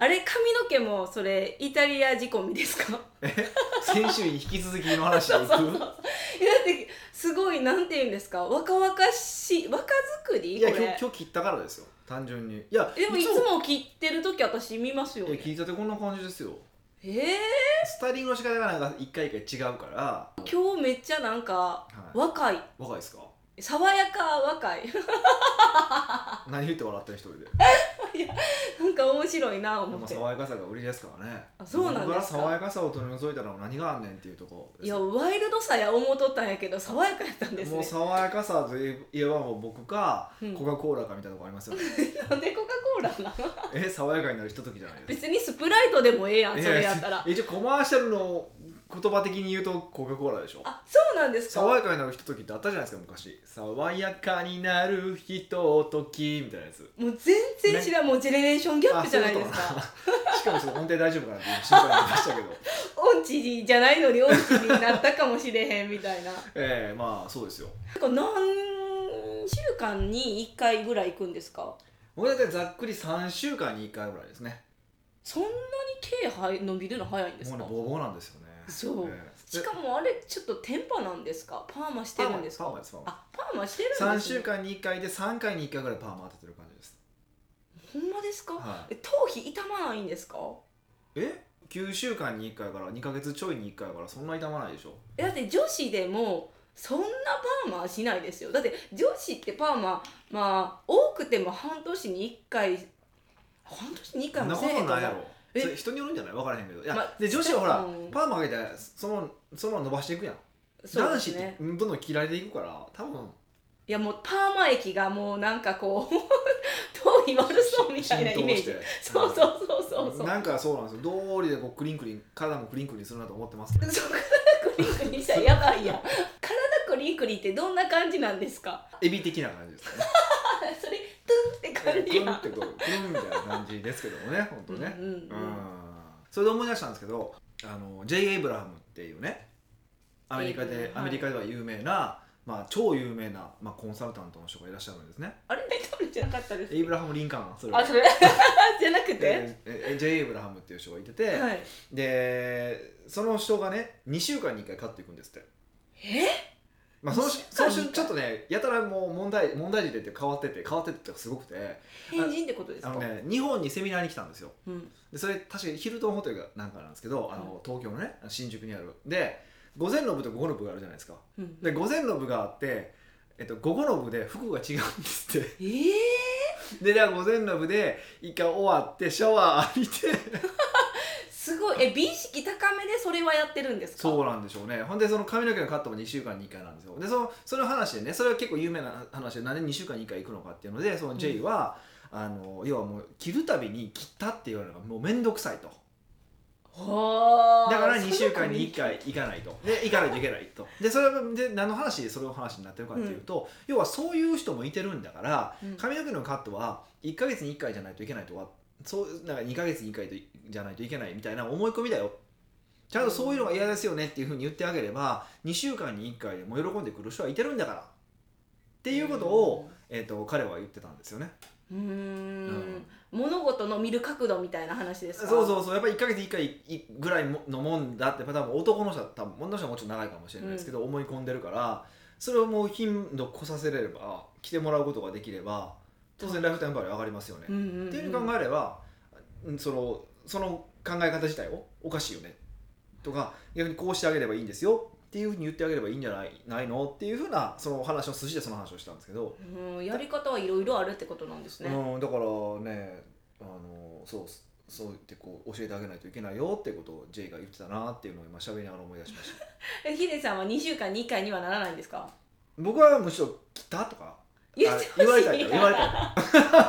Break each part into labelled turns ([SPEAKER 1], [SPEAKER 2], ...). [SPEAKER 1] あれ髪の毛もそれイタリア仕込みですかだ
[SPEAKER 2] 先週に引き続きの話でいく
[SPEAKER 1] ってすごいなんて言うんですか若々しい若作り
[SPEAKER 2] い
[SPEAKER 1] こ
[SPEAKER 2] や今
[SPEAKER 1] れ
[SPEAKER 2] 日今日切ったからですよ単純にいや
[SPEAKER 1] でもいつも切ってる時私見ますよ
[SPEAKER 2] いや
[SPEAKER 1] ね
[SPEAKER 2] 聞いたってこんな感じですよ
[SPEAKER 1] えー、
[SPEAKER 2] スタイリングの仕方がなんか一回一回違うから、
[SPEAKER 1] 今日めっちゃなんか
[SPEAKER 2] はい、
[SPEAKER 1] 若い
[SPEAKER 2] 若いですか
[SPEAKER 1] 爽やか若い
[SPEAKER 2] 何言って笑ってる一人で
[SPEAKER 1] なんか面白いな
[SPEAKER 2] で
[SPEAKER 1] 思
[SPEAKER 2] も
[SPEAKER 1] って
[SPEAKER 2] 爽やかさが売りですからね
[SPEAKER 1] あそうなんですか
[SPEAKER 2] 僕から爽やかさを取り除いたら何があんねんっていうところ
[SPEAKER 1] いやワイルドさや思うとったんやけど爽やかやったんです
[SPEAKER 2] もう
[SPEAKER 1] ね
[SPEAKER 2] 爽やかさといえばもう僕か
[SPEAKER 1] うん
[SPEAKER 2] コカ・コーラかみたいなとこあります よね、
[SPEAKER 1] なんでコカ・コーラなの
[SPEAKER 2] え爽やかになるひとときじゃないですか
[SPEAKER 1] 別にスプライトでもええやんそれやったら
[SPEAKER 2] えじゃコマーシャルの言葉的に言うとコカ・コーラでしょ
[SPEAKER 1] あそうなんですか
[SPEAKER 2] 爽やかになるひとときってあったじゃないですか昔爽やかになるひとときみたいなやつ
[SPEAKER 1] もう全然知らん、もうジェネレーションギャップじゃないです
[SPEAKER 2] あそういうこ
[SPEAKER 1] か
[SPEAKER 2] とかなしかもちょっと音程大丈夫かなっていう心配になりましたけど
[SPEAKER 1] オンチじゃないのにオンチになったかもしれへんみた いななん
[SPEAKER 2] ええまあそうですよ
[SPEAKER 1] か何週間に1回ぐらい行くんですか
[SPEAKER 2] 僕だってざっくり3週間に1回ぐらいですね
[SPEAKER 1] そんなに毛は伸びるの早いんです
[SPEAKER 2] もう
[SPEAKER 1] か
[SPEAKER 2] ねボーボーなんですよね
[SPEAKER 1] そう
[SPEAKER 2] ええ
[SPEAKER 1] しかもあれちょっとテンパなんですかパーマしてるんですか
[SPEAKER 2] パーマですパーマです
[SPEAKER 1] あパーマしてるんです、ね、
[SPEAKER 2] 3週間に1回で3回に1回ぐらいパーマ当ててる感じです、
[SPEAKER 1] ほんまですか、
[SPEAKER 2] はい、
[SPEAKER 1] え頭皮痛まないんですか
[SPEAKER 2] え9週間に1回から2ヶ月ちょいに1回からそんな痛まないでしょ
[SPEAKER 1] えだって女子でもそんなパーマしないですよだって女子ってパーマまあ多くても半年に1回半年に1
[SPEAKER 2] そ
[SPEAKER 1] 回
[SPEAKER 2] んな
[SPEAKER 1] も
[SPEAKER 2] こ
[SPEAKER 1] せえへ
[SPEAKER 2] と
[SPEAKER 1] んか
[SPEAKER 2] ないや
[SPEAKER 1] な
[SPEAKER 2] ろ
[SPEAKER 1] え
[SPEAKER 2] それ人によるんじゃない分からへんけどいや、
[SPEAKER 1] ま
[SPEAKER 2] で女子はほら、
[SPEAKER 1] うん
[SPEAKER 2] パーマかけてそのそのまま伸ばしていくやん、
[SPEAKER 1] そう
[SPEAKER 2] 男
[SPEAKER 1] で
[SPEAKER 2] 子っ
[SPEAKER 1] す
[SPEAKER 2] て
[SPEAKER 1] ね
[SPEAKER 2] どんどん切られていくから多分
[SPEAKER 1] いやもうパーマ液がもうなんかこう 頭皮悪そうみたいなイメージそうそううそうそうそう
[SPEAKER 2] なんかそうなんですよ道理でこうクリンクリン体もクリンクリンするなと思ってますけど
[SPEAKER 1] そこからクリンクリンしたらやばいやん体クリンクリンってどんな感じなんですか
[SPEAKER 2] エビ的な感じです かね
[SPEAKER 1] それトゥンって感
[SPEAKER 2] ク
[SPEAKER 1] じ
[SPEAKER 2] ン
[SPEAKER 1] や
[SPEAKER 2] ってこうクンみたいな感じですけどもね本当ね、
[SPEAKER 1] うんうんうん
[SPEAKER 2] それで思い出したんですけどあの J ・エイブラハムっていうねアメリカ
[SPEAKER 1] エイブラ
[SPEAKER 2] で
[SPEAKER 1] ハ
[SPEAKER 2] ア
[SPEAKER 1] ム
[SPEAKER 2] メリカでは有名な、まあ、超有名な、まあ、コンサルタントの人がいらっしゃるんですね
[SPEAKER 1] あれタイトルじゃなかったです
[SPEAKER 2] エイブラハム・リンカーンそれは
[SPEAKER 1] あそれ じゃなくて、
[SPEAKER 2] ええ J ・エイブラハムっていう人がいてて、
[SPEAKER 1] はい
[SPEAKER 2] でその人がね2週間に1回勝っていくんですって
[SPEAKER 1] え
[SPEAKER 2] まあ、その
[SPEAKER 1] 2週
[SPEAKER 2] そ
[SPEAKER 1] 間
[SPEAKER 2] の
[SPEAKER 1] に
[SPEAKER 2] 瞬ちょっとねやたらもう問題問題児出て変わってて変わってってすごくて
[SPEAKER 1] 変人ってことです
[SPEAKER 2] あ
[SPEAKER 1] か
[SPEAKER 2] のね日本にセミナーに来たんですよ
[SPEAKER 1] うん
[SPEAKER 2] でそれ確かヒルトンホテルがなんかなんですけどあの東京のね新宿にあるで午前の部と午後の部があるじゃないですか
[SPEAKER 1] うん
[SPEAKER 2] で午前の部があって、えっと、午後の部で服が違うんですっ
[SPEAKER 1] えー、
[SPEAKER 2] てでじゃあ午前の部で一回終わってシャワー浴びて
[SPEAKER 1] すごいえ美意識高めでそれはやってるんですか
[SPEAKER 2] そうなんでしょうねほんでその髪の毛のカットも2週間に1回なんですよでそのその話でねそれは結構有名な話でなんで2週間に1回行くのかっていうのでその J は、あの要はもう切るたびに切ったっていうのがもう面倒くさいと
[SPEAKER 1] はあ
[SPEAKER 2] だから2週間に1回行かないとで行かないといけないとでそれはで何の話でそれの話になってるかっていうと、要はそういう人もいてるんだから
[SPEAKER 1] うん
[SPEAKER 2] 髪の毛のカットは1ヶ月に1回じゃないといけないとかそうなんか2ヶ月に1回とじゃないといけないみたいな思い込みだよちゃんとそういうのが嫌ですよねっていうふうに言ってあげれば2週間に1回でも喜んでくる人はいてるんだからっていうことを、えー、と彼は言ってたんですよね。
[SPEAKER 1] うーん
[SPEAKER 2] うん
[SPEAKER 1] 物事の見る角度みたいな話ですか
[SPEAKER 2] そうそううそうやっぱり1か月1回ぐらいのもんだって多分男の人は多分女の人はもうちょっと長いかもしれないですけど、思い込んでるからそれをもう頻度こさせれれば来てもらうことができれば当然ライフタイムバリュー上がりますよね、
[SPEAKER 1] うんうんうん、
[SPEAKER 2] っていうふうに考えればうんそのその考え方自体をおかしいよねとか逆にこうしてあげればいいんですよっていうふうに言ってあげればいいんじゃないないのっていうふうなその話の筋でその話をしたんですけど、
[SPEAKER 1] うん、やり方はいろいろあるってことなんですね、
[SPEAKER 2] うん、だからねあのそうそう言ってこう教えてあげないといけないよってことを J が言ってたなっていうのを今喋りながら思い出しました
[SPEAKER 1] えヒデさんは2週間に1回にはならないんですか
[SPEAKER 2] 僕はむしろ「来た?」とか
[SPEAKER 1] 言
[SPEAKER 2] あ
[SPEAKER 1] ってほしい
[SPEAKER 2] 言われたいから言われたいから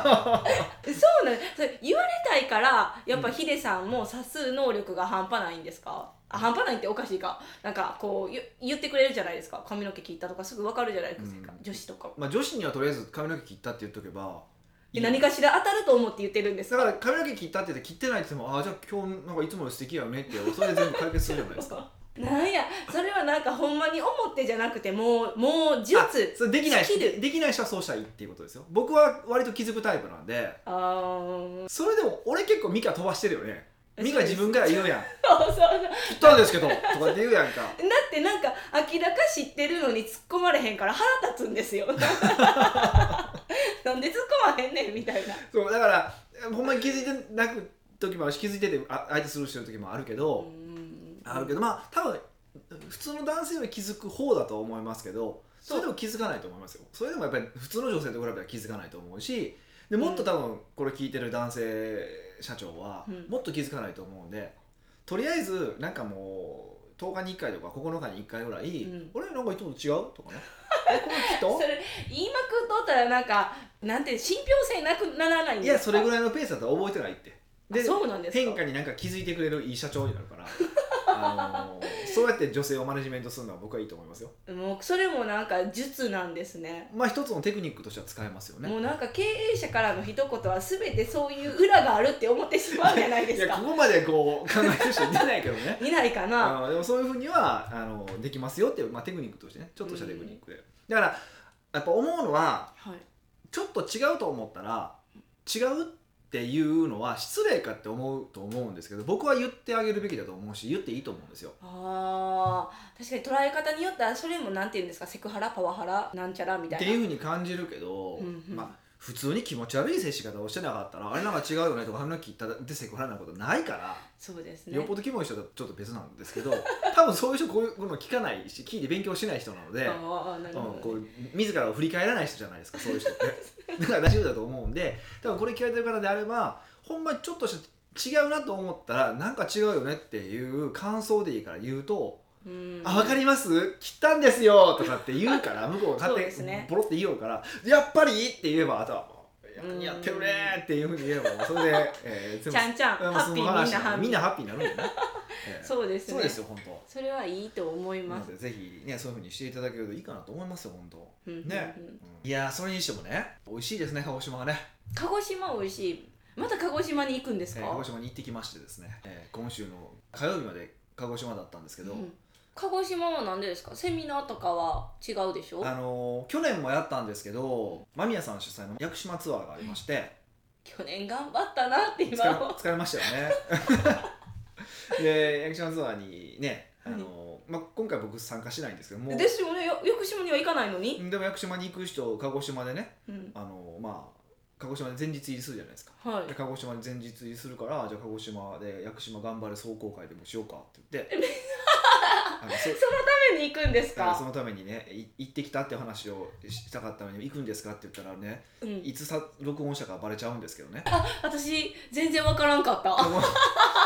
[SPEAKER 1] そうなんそれ言われたいからやっぱヒデさんも察する能力が半端ないんですか、あ半端ないっておかしいかなんかこうゆ言ってくれるじゃないですか髪の毛切ったとかすぐ分かるじゃないですか、
[SPEAKER 2] うん
[SPEAKER 1] 女子とか
[SPEAKER 2] まあ女子にはとりあえず髪の毛切ったって言っとけばい
[SPEAKER 1] え
[SPEAKER 2] い
[SPEAKER 1] 何かしら当たると思って言ってるんです
[SPEAKER 2] だか
[SPEAKER 1] から。
[SPEAKER 2] 髪の毛切ったって言って切ってないって言ってもああじゃあ今日なんかいつもより素敵やねってそれで全部解決するじゃないですか
[SPEAKER 1] なんやそれはなんかほんまに思ってじゃなくてもうも う術
[SPEAKER 2] あそれできない
[SPEAKER 1] スキル
[SPEAKER 2] でできない人はそうしたらいいっていうことですよ僕は割と気づくタイプなんで
[SPEAKER 1] あー
[SPEAKER 2] それでも俺結構ミカ飛ばしてるよね
[SPEAKER 1] え
[SPEAKER 2] ミカ
[SPEAKER 1] そうです
[SPEAKER 2] 自分から言うやん
[SPEAKER 1] そうそう そうだ
[SPEAKER 2] 「切ったんですけど」とかって言うやんか
[SPEAKER 1] ってなんか明らか知ってるのに突っ込まれへんから腹立つん ですよなんで突っ込まへんねんみたいな
[SPEAKER 2] そうだからほんまに気づいてなく時もあるし気づいててあ相手スルーしてる時もあるけど、
[SPEAKER 1] うん
[SPEAKER 2] あるけどまあ多分普通の男性より気づく方だとは思いますけどそれでも気づかないと思いますよそれでもやっぱり普通の女性と比べたら気づかないと思うしでもっと多分これ聞いてる男性社長は
[SPEAKER 1] うん
[SPEAKER 2] もっと気づかないと思うんでとりあえずなんかもう10日に1回とか9日に1回ぐらい
[SPEAKER 1] うん
[SPEAKER 2] 「俺なんかいつもと違う?」と かね「えこ
[SPEAKER 1] そ
[SPEAKER 2] の人?」
[SPEAKER 1] れ言いまくっとったらなんかなんて信憑性なくならないん
[SPEAKER 2] い
[SPEAKER 1] で
[SPEAKER 2] や
[SPEAKER 1] すか
[SPEAKER 2] それぐらいのペースだったら覚えてないって
[SPEAKER 1] あそうなんですか
[SPEAKER 2] 変化になんか気づいてくれるいい社長になるからあのーそうやって女性をマネジメントするのは僕はいいと思いますよ
[SPEAKER 1] もうそれもなんか術なんですね
[SPEAKER 2] まあ一つのテクニックとしては使えますよね
[SPEAKER 1] もうなんか経営者からの一言は全てそういう裏があるって思ってしまうんじゃないで
[SPEAKER 2] い
[SPEAKER 1] す
[SPEAKER 2] や
[SPEAKER 1] か
[SPEAKER 2] ここまでこう考える人いないけど ね
[SPEAKER 1] 見ないかな、
[SPEAKER 2] あのでもそういうふうにはあのできますよっていう、まあ、テクニックとしてねちょっとしたテクニックで、だからやっぱ思うのは
[SPEAKER 1] はい
[SPEAKER 2] ちょっと違うと思ったら違うっていうのは失礼かって思うと思うんですけど僕は言ってあげるべきだと思うし言っていいと思うんですよ
[SPEAKER 1] あー確かに捉え方によってはそれもなんて言うんですかセクハラパワハラなんちゃらみた
[SPEAKER 2] っ
[SPEAKER 1] い
[SPEAKER 2] て
[SPEAKER 1] な
[SPEAKER 2] いうふうに感じるけど、
[SPEAKER 1] うんうん
[SPEAKER 2] まあ普通に気持ち悪い接し方をしてなかったらあれなんか違うよねとか髪の毛切ったでセクハラなことないから、
[SPEAKER 1] そうですね
[SPEAKER 2] よっぽどキモい人だとちょっと別なんですけ ど多分そういう人こういうの聞かないし聞いて勉強しない人なので、うん、
[SPEAKER 1] あーなるほ
[SPEAKER 2] こ
[SPEAKER 1] どね、
[SPEAKER 2] う自らを振り返らない人じゃないですかそういう人って だから大丈夫だと思うんで多分これ聞かれてる方であればほんまにちょっとした違うなと思ったらなんか違うよねっていう感想でいいから言うと
[SPEAKER 1] うん
[SPEAKER 2] あ分かります切ったんですよとかって言うから向こうが勝
[SPEAKER 1] そうです
[SPEAKER 2] 手に
[SPEAKER 1] ね
[SPEAKER 2] ボロって言おうから、やっぱりって言えばあとはも
[SPEAKER 1] う
[SPEAKER 2] うんややってるねーっていうふうに言えばもうそれで、えー全
[SPEAKER 1] ちゃんちゃん
[SPEAKER 2] うん
[SPEAKER 1] ハッピーみん
[SPEAKER 2] その
[SPEAKER 1] な
[SPEAKER 2] 話
[SPEAKER 1] ハッピー
[SPEAKER 2] みんなハッピーになるん だよね、えー
[SPEAKER 1] そうですね
[SPEAKER 2] そうですよ本当
[SPEAKER 1] それはいいと思い
[SPEAKER 2] な
[SPEAKER 1] ま
[SPEAKER 2] の
[SPEAKER 1] す
[SPEAKER 2] でぜひねそういうふうにしていただけるといいかなと思いますよ本当ね
[SPEAKER 1] ね、
[SPEAKER 2] うんいやーそれにしてもね美味しいですね鹿児島はね、
[SPEAKER 1] 鹿児島美味しいまた鹿児島に行くんで
[SPEAKER 2] え
[SPEAKER 1] す
[SPEAKER 2] ー
[SPEAKER 1] か、
[SPEAKER 2] 鹿児島に行ってきましてですね、えー今週の火曜日まで鹿児島だったんですけど、
[SPEAKER 1] うん鹿児島は何でですかセミナーとかは違うでしょ
[SPEAKER 2] あのー去年もやったんですけど間宮さん主催の屋久島ツアーがありまして、
[SPEAKER 1] 去年頑張ったなって
[SPEAKER 2] 疲れ
[SPEAKER 1] 今思う
[SPEAKER 2] 疲れました よねで屋久島ツアーにね、あのまあ、今回僕参加しないんですけども
[SPEAKER 1] ですよねよ屋久島には行かないのに、
[SPEAKER 2] でも屋久島に行く人鹿児島でね
[SPEAKER 1] うん
[SPEAKER 2] あの、まあ、鹿児島で前日入りするじゃないですか
[SPEAKER 1] はい
[SPEAKER 2] で鹿児島に前日入りするからじゃあ鹿児島で屋久島頑張れ壮行会でもしようかって言ってあのそ
[SPEAKER 1] 食べに行くんです
[SPEAKER 2] あのそ
[SPEAKER 1] か、
[SPEAKER 2] のためにねい行ってきたっていう話をししたかったのに行くんですかって言ったらね
[SPEAKER 1] うん
[SPEAKER 2] いつさ録音したかバレちゃうんですけ どね
[SPEAKER 1] 私全然わからんかった
[SPEAKER 2] 鹿児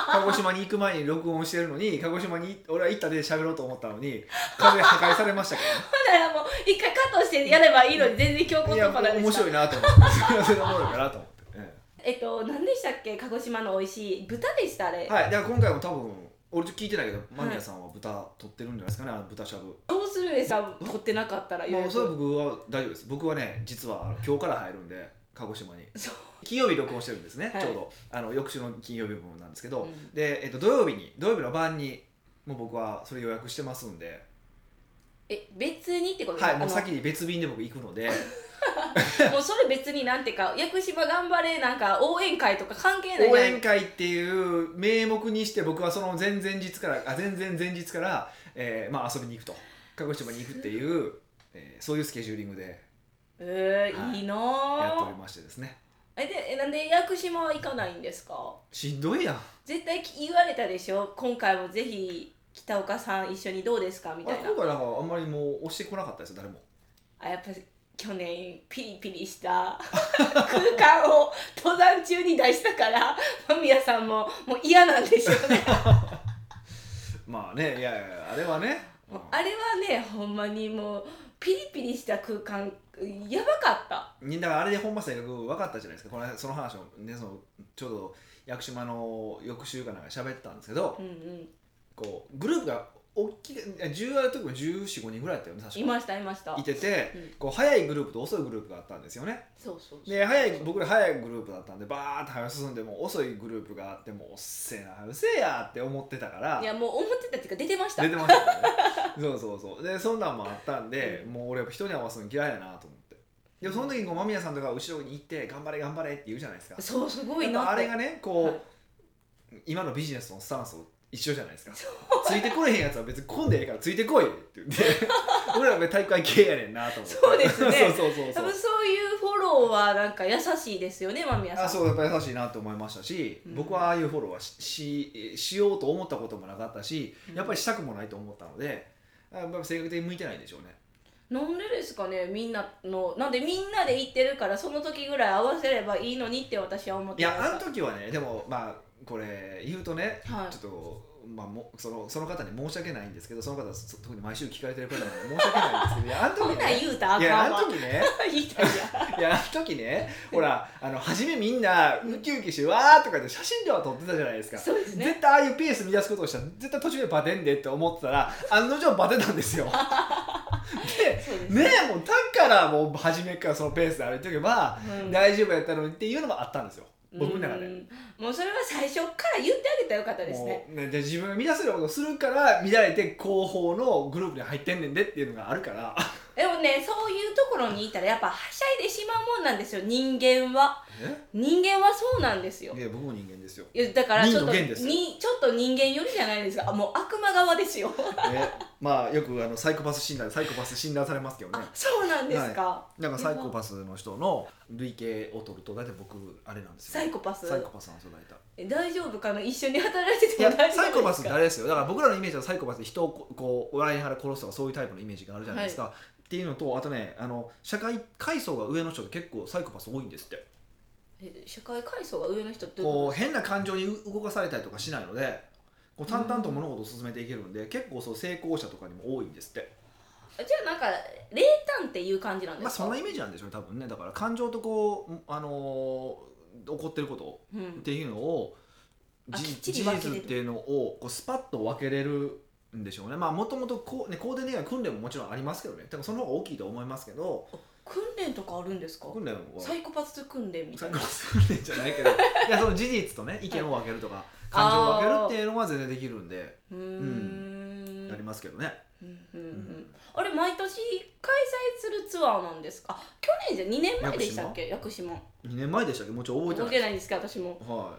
[SPEAKER 2] 鹿児島に行く前に録音してるのに鹿児島に俺は行ったで喋ろうと思ったのに風で破壊されましたか
[SPEAKER 1] だからもう一回カットしてやればいいのに全然強
[SPEAKER 2] ら、ね、
[SPEAKER 1] 行
[SPEAKER 2] い
[SPEAKER 1] 突
[SPEAKER 2] や
[SPEAKER 1] 破なんで
[SPEAKER 2] 面
[SPEAKER 1] した
[SPEAKER 2] 白いなと思って それはそれでおもろいかなと思って、え
[SPEAKER 1] えっと何でしたっけ鹿児島の美味しい豚でしたあれ、
[SPEAKER 2] えはいだから今回も多分俺ちょっと聞いてないけどマニアさんは豚取ってるんじゃないですかねあの豚しゃぶ、
[SPEAKER 1] どうするんですか取ってなかったら予
[SPEAKER 2] まあ、
[SPEAKER 1] 約
[SPEAKER 2] それは僕は大丈夫です僕はね実はあの今日から入るんで鹿児島に
[SPEAKER 1] そう
[SPEAKER 2] 金曜日録音してるんですね、
[SPEAKER 1] はい
[SPEAKER 2] ちょうどあの翌週の金曜日分なんですけど、
[SPEAKER 1] うん
[SPEAKER 2] で、えっと、土曜日に土曜日の晩にもう僕はそれ予約してますんで
[SPEAKER 1] え別にってことです
[SPEAKER 2] は
[SPEAKER 1] か
[SPEAKER 2] い、もう
[SPEAKER 1] あの
[SPEAKER 2] 先に別便で僕行くの で、
[SPEAKER 1] もうそれ別になんていうか屋久島頑張れなんか応援会とか関係ない
[SPEAKER 2] 応援会っていう名目にして、僕はその前々日から、あ前々前日から、えーまあ遊びに行くと、鹿児島に行くっていう、えーそういうスケジューリングで
[SPEAKER 1] えー
[SPEAKER 2] はい
[SPEAKER 1] い、いな
[SPEAKER 2] やっており
[SPEAKER 1] ぁ
[SPEAKER 2] ましてですね、
[SPEAKER 1] えでえなんで屋久島は行かないんですか
[SPEAKER 2] しんどいやん。
[SPEAKER 1] 絶対き言われたでしょ今回もぜひ北岡さん一緒にどうですかみ
[SPEAKER 2] あ
[SPEAKER 1] た
[SPEAKER 2] れ
[SPEAKER 1] いな
[SPEAKER 2] 今回なんかあんまりもう押してこなかったですよ、誰も。
[SPEAKER 1] あやっぱ去年ピリピリした 空間を登山中に出したから間宮さんももう嫌なんでしょう ね
[SPEAKER 2] まあね、いやいや、あれはね、うん
[SPEAKER 1] あれはねほんまにもうピリピリした空間やばかった
[SPEAKER 2] みんなあれで本間性格分かったじゃないですか、この間その話を、ね、そのちょうど屋久島の翌週かなんか喋ったんですけど、
[SPEAKER 1] うんうん
[SPEAKER 2] こうグループが大きい10ある時も1415人ぐらいだったよね確
[SPEAKER 1] い
[SPEAKER 2] か
[SPEAKER 1] ましたいました
[SPEAKER 2] いてて、
[SPEAKER 1] うん
[SPEAKER 2] こう早いグループと遅いグループがあったんですよね
[SPEAKER 1] そうそうそう
[SPEAKER 2] で早い僕ら早いグループだったんでバーって早く進んでもう遅いグループがあってもうおっせえなうせえやって思ってたから
[SPEAKER 1] いやもう思ってたっていうか出てました
[SPEAKER 2] 出てましたよねそうそうそうでそんなんもあったんで、もう俺やっぱ人に合わすの嫌いやなと思ってでもその時にこう間宮さんとか後ろに行って頑張れ頑張れって言うじゃないですか
[SPEAKER 1] そうすごい
[SPEAKER 2] やっ
[SPEAKER 1] な
[SPEAKER 2] ぱあ
[SPEAKER 1] って
[SPEAKER 2] れがねこう、
[SPEAKER 1] はい
[SPEAKER 2] 今のビジネスのスタンスと一緒じゃないですかついてこれへんやつは別に混んでええからついてこいって言って 俺らが体育会系やねんなと思って
[SPEAKER 1] そうですね
[SPEAKER 2] そ
[SPEAKER 1] 多
[SPEAKER 2] うそうそうそう
[SPEAKER 1] 分そういうフォローはなんか優しいですよね間宮さん
[SPEAKER 2] あそうやっぱり優しいなと思いましたし、
[SPEAKER 1] うん
[SPEAKER 2] 僕はああいうフォローはしししようと思ったこともなかったし
[SPEAKER 1] うん
[SPEAKER 2] やっぱりしたくもないと思ったので、あやっぱり性格的に向いてないんでしょうね
[SPEAKER 1] なんでですかねみんなのなんでみんなで行ってるからその時ぐらい合わせればいいのにって私は思っ
[SPEAKER 2] い
[SPEAKER 1] てまし
[SPEAKER 2] や
[SPEAKER 1] た
[SPEAKER 2] あの時はねでもまあこれ言うとね
[SPEAKER 1] はい
[SPEAKER 2] ちょっと、まあ、もそのその方に申し訳ないんですけどその方そ特に毎週聞かれてる方なんで申し訳ないんですけどいやあの
[SPEAKER 1] こん
[SPEAKER 2] 時
[SPEAKER 1] なん
[SPEAKER 2] ね
[SPEAKER 1] 言うたらあ
[SPEAKER 2] いやあ
[SPEAKER 1] かん
[SPEAKER 2] の
[SPEAKER 1] わ
[SPEAKER 2] 時ね
[SPEAKER 1] 言いたいや
[SPEAKER 2] いやあの 時ねほらあの初めみんなウキウキしてわーとかで写真では撮ってたじゃないですか
[SPEAKER 1] そうですね
[SPEAKER 2] 絶対ああいうペース乱すことをしたら絶対途中でバテんでって思ってたら案の定バテたんですよで
[SPEAKER 1] そうです
[SPEAKER 2] ねえもうだからもう初めからそのペースで歩いておけば
[SPEAKER 1] うん
[SPEAKER 2] 大丈夫やったのにっていうのもあったんですよ僕の中で。
[SPEAKER 1] うんもうそれは最初から言ってあげたらよかったですね
[SPEAKER 2] もうね、で自分が乱せることをするから乱れて後方のグループに入ってんねんでっていうのがあるから
[SPEAKER 1] でもねそういうところにいたらやっぱはしゃいでしまうもんなんですよ人間は
[SPEAKER 2] え
[SPEAKER 1] 人間はそうなんですよ
[SPEAKER 2] いや僕も人間ですよ
[SPEAKER 1] いやだからちょっと
[SPEAKER 2] 人の源です
[SPEAKER 1] にちょっと人間寄りじゃないですかあもう悪魔側ですよ
[SPEAKER 2] えまあよくあのサイコパス診断サイコパス診断されますけどね
[SPEAKER 1] あ そうなんですか、
[SPEAKER 2] なんかサイコパスの人の類型を取ると大体僕あれなんですよ
[SPEAKER 1] サイコパス
[SPEAKER 2] サイコパスなんですよ大体
[SPEAKER 1] え大丈夫かな一緒に働いて
[SPEAKER 2] い
[SPEAKER 1] て
[SPEAKER 2] や
[SPEAKER 1] も大丈夫ですか
[SPEAKER 2] サイコパスってあれですよだから僕らのイメージはサイコパスって人をここう笑いながら殺すとかそういうタイプのイメージがあるじゃないですか、っていうのとあとねあの社会階層が上の人って結構サイコパス多いんですって
[SPEAKER 1] え社会階層が上の人って
[SPEAKER 2] こう変な感情にう動かされたりとかしないのでこう淡々と物事を進めていけるんで、結構そう成功者とかにも多いんですって、
[SPEAKER 1] じゃあなんか冷淡っていう感じなんで
[SPEAKER 2] まあ、
[SPEAKER 1] すか、
[SPEAKER 2] そんなイメージなんでしょうね多分ねだから感情とこう、あのー起こってること
[SPEAKER 1] う
[SPEAKER 2] っ
[SPEAKER 1] ん、
[SPEAKER 2] ていうのを
[SPEAKER 1] あ
[SPEAKER 2] じ
[SPEAKER 1] きっちり
[SPEAKER 2] 事
[SPEAKER 1] 分け
[SPEAKER 2] 実
[SPEAKER 1] れ
[SPEAKER 2] っ
[SPEAKER 1] る
[SPEAKER 2] ていうのをこうスパッと分けれるんでしょうねまあもともとこうね後天的な訓練ももちろんありますけどねだからその方が大きいと思いますけど
[SPEAKER 1] 訓練とかあるんですか
[SPEAKER 2] 訓練は
[SPEAKER 1] サイコパス訓練みた
[SPEAKER 2] 最
[SPEAKER 1] い
[SPEAKER 2] 後
[SPEAKER 1] な
[SPEAKER 2] の訓練じゃないけどいやその事実とね意見を分けるとか、 感情を分けるっていうのは全然できるんで
[SPEAKER 1] うーん
[SPEAKER 2] やりますけどね
[SPEAKER 1] うんうんうんあれ毎年開催するツアーなんですかあ去年じゃ2年前でしたっけ屋久島
[SPEAKER 2] 2年前でしたっけもうちょい覚
[SPEAKER 1] 動
[SPEAKER 2] えて
[SPEAKER 1] けないんですけど私も
[SPEAKER 2] ないは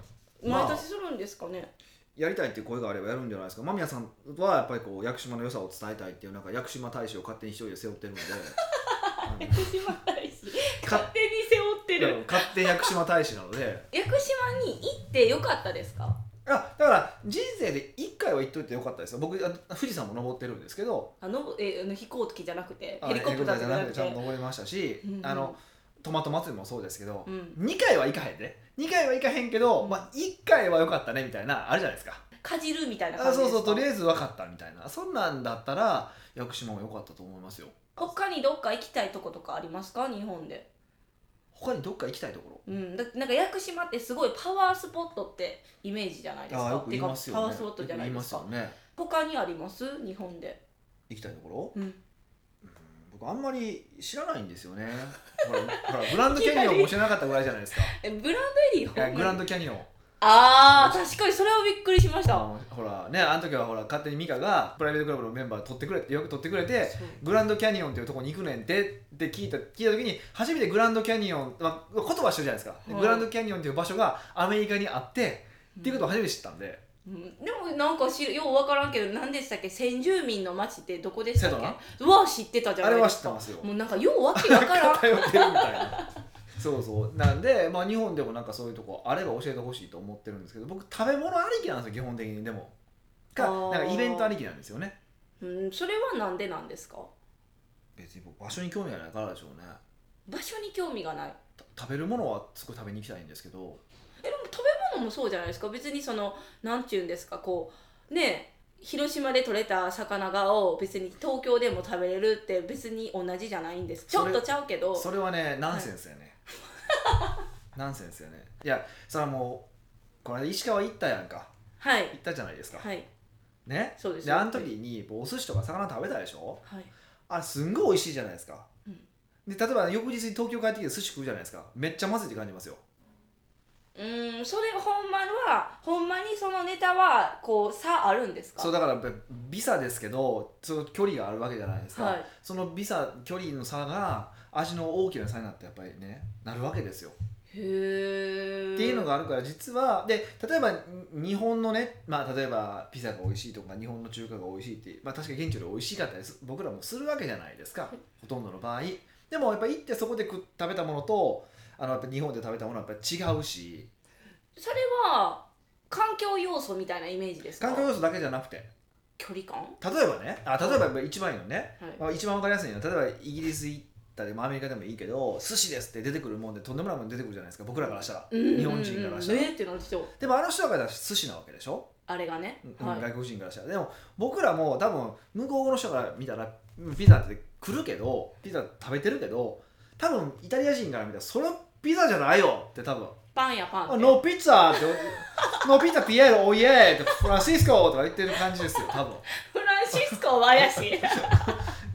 [SPEAKER 2] まあ
[SPEAKER 1] 毎年するんですかね、
[SPEAKER 2] いやりたいっていう声があればやるんじゃないですか間宮さんはやっぱりこう屋久島の良さを伝えたいっていうなんか屋久島大使を勝手に一人で背負 ってるんであの
[SPEAKER 1] 屋久島大使
[SPEAKER 2] 勝
[SPEAKER 1] 勝手に背負ってる
[SPEAKER 2] 勝手に屋久島大使なので
[SPEAKER 1] 屋久島に行ってよかったですか
[SPEAKER 2] あだから人生で1回は行っといてよかったですよ僕あ富士山も登ってるんですけど
[SPEAKER 1] あのえあの飛行機じゃなくて
[SPEAKER 2] あ
[SPEAKER 1] ヘリコプターじゃなく
[SPEAKER 2] ちゃんと
[SPEAKER 1] て
[SPEAKER 2] 登りましたし、
[SPEAKER 1] うんうん
[SPEAKER 2] あのトマト祭りもそうですけど、
[SPEAKER 1] うん
[SPEAKER 2] 2回は行かへんで2回は行かへんけど、まあ、1回は良かったねみたいなあるじゃないですか
[SPEAKER 1] かじるみたいな感
[SPEAKER 2] あ
[SPEAKER 1] じで
[SPEAKER 2] そう
[SPEAKER 1] すか
[SPEAKER 2] そうとりあえず分かったみたいなそんなんだったら屋久島も良かったと思いますよ
[SPEAKER 1] 他にどっか行きたいとことかありますか日本で
[SPEAKER 2] 他にどっか行きたいとこ
[SPEAKER 1] うんだってなんか屋久島ってすごいパワースポットってイメージじゃないです
[SPEAKER 2] ろあ
[SPEAKER 1] か
[SPEAKER 2] よく言いますよ
[SPEAKER 1] てか
[SPEAKER 2] ね
[SPEAKER 1] パワースポットじゃないですか
[SPEAKER 2] よく言いますよね
[SPEAKER 1] 他にあります日本で
[SPEAKER 2] 行きたいところ
[SPEAKER 1] うん
[SPEAKER 2] 僕あんまり知らないんですよ ねほらほらグランドキャニオンも知らなかったぐらいじゃない ですか
[SPEAKER 1] えブランドエリー
[SPEAKER 2] いやグラン
[SPEAKER 1] ド
[SPEAKER 2] ドキャニオン
[SPEAKER 1] あー確かにそれはびっくりしまし
[SPEAKER 2] あ
[SPEAKER 1] た
[SPEAKER 2] のほらねあの時はほら勝手にミカがプライベートクラブのメンバー取ってくれってよく取ってくれて
[SPEAKER 1] そう
[SPEAKER 2] グランドキャニオンっていうとこに行くねんてって聞いた聞いた時に初めてグランドキャニオン、まあ、言葉してるじゃないですか、
[SPEAKER 1] はい
[SPEAKER 2] グランドキャニオンっていう場所がアメリカにあってっていうことを初めて知ったんで、
[SPEAKER 1] うんでもなんかしよう分からんけど何でしたっけ先住民の町ってどこでしたっ
[SPEAKER 2] セド
[SPEAKER 1] けうわ知ってたじゃ
[SPEAKER 2] あ
[SPEAKER 1] な
[SPEAKER 2] れ
[SPEAKER 1] い
[SPEAKER 2] は
[SPEAKER 1] で
[SPEAKER 2] 知っ
[SPEAKER 1] す
[SPEAKER 2] て
[SPEAKER 1] か
[SPEAKER 2] ますよ
[SPEAKER 1] もうなんかようわけわ からん
[SPEAKER 2] 偏ってるみたいなそうそうなんで、まあ、日本でもなんかそういうとこあれば教えてほしいと思ってるんですけど僕食べ物ありきなんですよ基本的にでもか
[SPEAKER 1] あー
[SPEAKER 2] なんかイベントありきなんですよね
[SPEAKER 1] うんそれはなんでなんですか
[SPEAKER 2] 別に僕場所に興味がないからでしょうね
[SPEAKER 1] 場所に興味がない
[SPEAKER 2] た食べるものはすごい食べに行きたいんですけど
[SPEAKER 1] えでも食べ物もそうじゃないですか別にそのなんていうんですかこうねえ広島で取れた魚がを別に東京でも食べれるって別に同じじゃないんですちょ
[SPEAKER 2] そ
[SPEAKER 1] っ
[SPEAKER 2] れ
[SPEAKER 1] とちゃうけど
[SPEAKER 2] それはねナンセンスやね、ナンセンスやねいやそれはもうこの間石川行ったやんか
[SPEAKER 1] はい
[SPEAKER 2] 行ったじゃないですか、
[SPEAKER 1] はい
[SPEAKER 2] ね
[SPEAKER 1] そうです
[SPEAKER 2] で
[SPEAKER 1] よ
[SPEAKER 2] あの時にこうお寿司とか魚食べたでしょ
[SPEAKER 1] はい
[SPEAKER 2] あれすんごい美味しいじゃないですか、
[SPEAKER 1] うん
[SPEAKER 2] で例えば翌日に東京帰ってきて寿司食うじゃないですかめっちゃまずいって感じますよ
[SPEAKER 1] うーんそれほんまはほんまにそのネタはこう差あるんですか
[SPEAKER 2] そうだからやっぱりビザですけどその距離があるわけじゃないですか、
[SPEAKER 1] はい
[SPEAKER 2] そのビザ距離の差が味の大きな差になってやっぱりねなるわけですよ、
[SPEAKER 1] へえ
[SPEAKER 2] っていうのがあるから実はで例えばに日本のね、まあ、例えばピザが美味しいとか日本の中華が美味しいって、まあ、確かに現地より美味しかったりす僕らもするわけじゃないですか、
[SPEAKER 1] い
[SPEAKER 2] ほとんどの場合でもやっぱ行ってそこで食食べたものとあのやっぱ日本で食べたものはやっぱ違うし
[SPEAKER 1] それは環境要素みたいなイメージですか
[SPEAKER 2] 環境要素だけじゃなくて
[SPEAKER 1] 距離感
[SPEAKER 2] 例えばねあ例えばやっぱ一番いいのね、
[SPEAKER 1] はい
[SPEAKER 2] まあ、一番わかりやすいのは例えばイギリス行ったり、まあ、アメリカでもいいけど寿司ですって出てくるもんでとんでもないもん出てくるじゃないですか僕らからしたら、
[SPEAKER 1] うん
[SPEAKER 2] 日本人からした
[SPEAKER 1] う
[SPEAKER 2] ら、
[SPEAKER 1] んうんえーってなる人
[SPEAKER 2] でもあの人からしたら寿司なわけでしょ、
[SPEAKER 1] あれがね、
[SPEAKER 2] うん
[SPEAKER 1] はい
[SPEAKER 2] 外国人からしたらでも僕らも多分向こうの人から見たらピザって来るけどピザ食べてるけど多分イタリア人から見たらそれピザじゃないよって多分
[SPEAKER 1] パンやパン
[SPEAKER 2] あ
[SPEAKER 1] って
[SPEAKER 2] ノーピッツァってノーピッツァピエロおい えってフランシスコとか言ってる感じですよ多分
[SPEAKER 1] フランシスコは怪 しい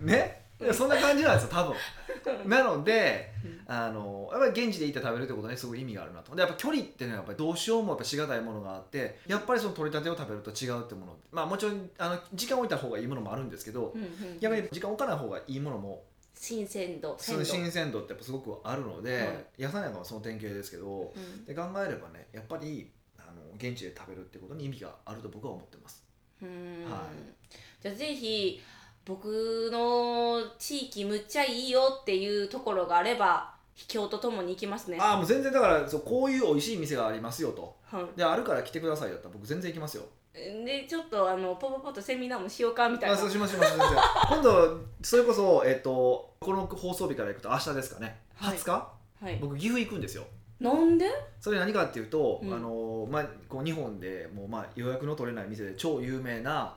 [SPEAKER 2] ねいやそんな感じなんですよ多分なので
[SPEAKER 1] うん
[SPEAKER 2] あのやっぱり現地で行って食べるってことにすごい意味があるなとでやっぱ距離ってねやっぱりどうしようもやっぱしがたいものがあってやっぱりその取り立てを食べると違うってものまあもちろんあの時間置いた方がいいものもあるんですけど
[SPEAKER 1] うんうん
[SPEAKER 2] 逆に時間置かない方がいいものも
[SPEAKER 1] 新鮮度
[SPEAKER 2] そ
[SPEAKER 1] 鮮
[SPEAKER 2] の
[SPEAKER 1] 度
[SPEAKER 2] 新鮮度ってやっぱすごくあるので、
[SPEAKER 1] はい
[SPEAKER 2] 野菜なんかもその典型ですけど
[SPEAKER 1] うん
[SPEAKER 2] で考えればねやっぱりあの現地で食べるってことに意味があると僕は思ってます。
[SPEAKER 1] うーん
[SPEAKER 2] は
[SPEAKER 1] じゃあぜひ僕の地域むっちゃいいよっていうところがあれば秘境とともに行きますね
[SPEAKER 2] ああもう全然だからそうこういう美味しい店がありますよと
[SPEAKER 1] は
[SPEAKER 2] であるから来てくださいだったら僕全然行きますよ。
[SPEAKER 1] い、でちょっとあのポポポとセミナーもしようかみたい
[SPEAKER 2] あ
[SPEAKER 1] な
[SPEAKER 2] そうしますします全然今度それこそ、えっとこの放送日から行くと明日ですかね
[SPEAKER 1] はい
[SPEAKER 2] 20日、
[SPEAKER 1] はい、
[SPEAKER 2] 僕岐阜行くんですよ
[SPEAKER 1] なんで
[SPEAKER 2] それ何かっていうと、
[SPEAKER 1] うん
[SPEAKER 2] あのまあ、こう日本でもう、まあ、予約の取れない店で超有名な、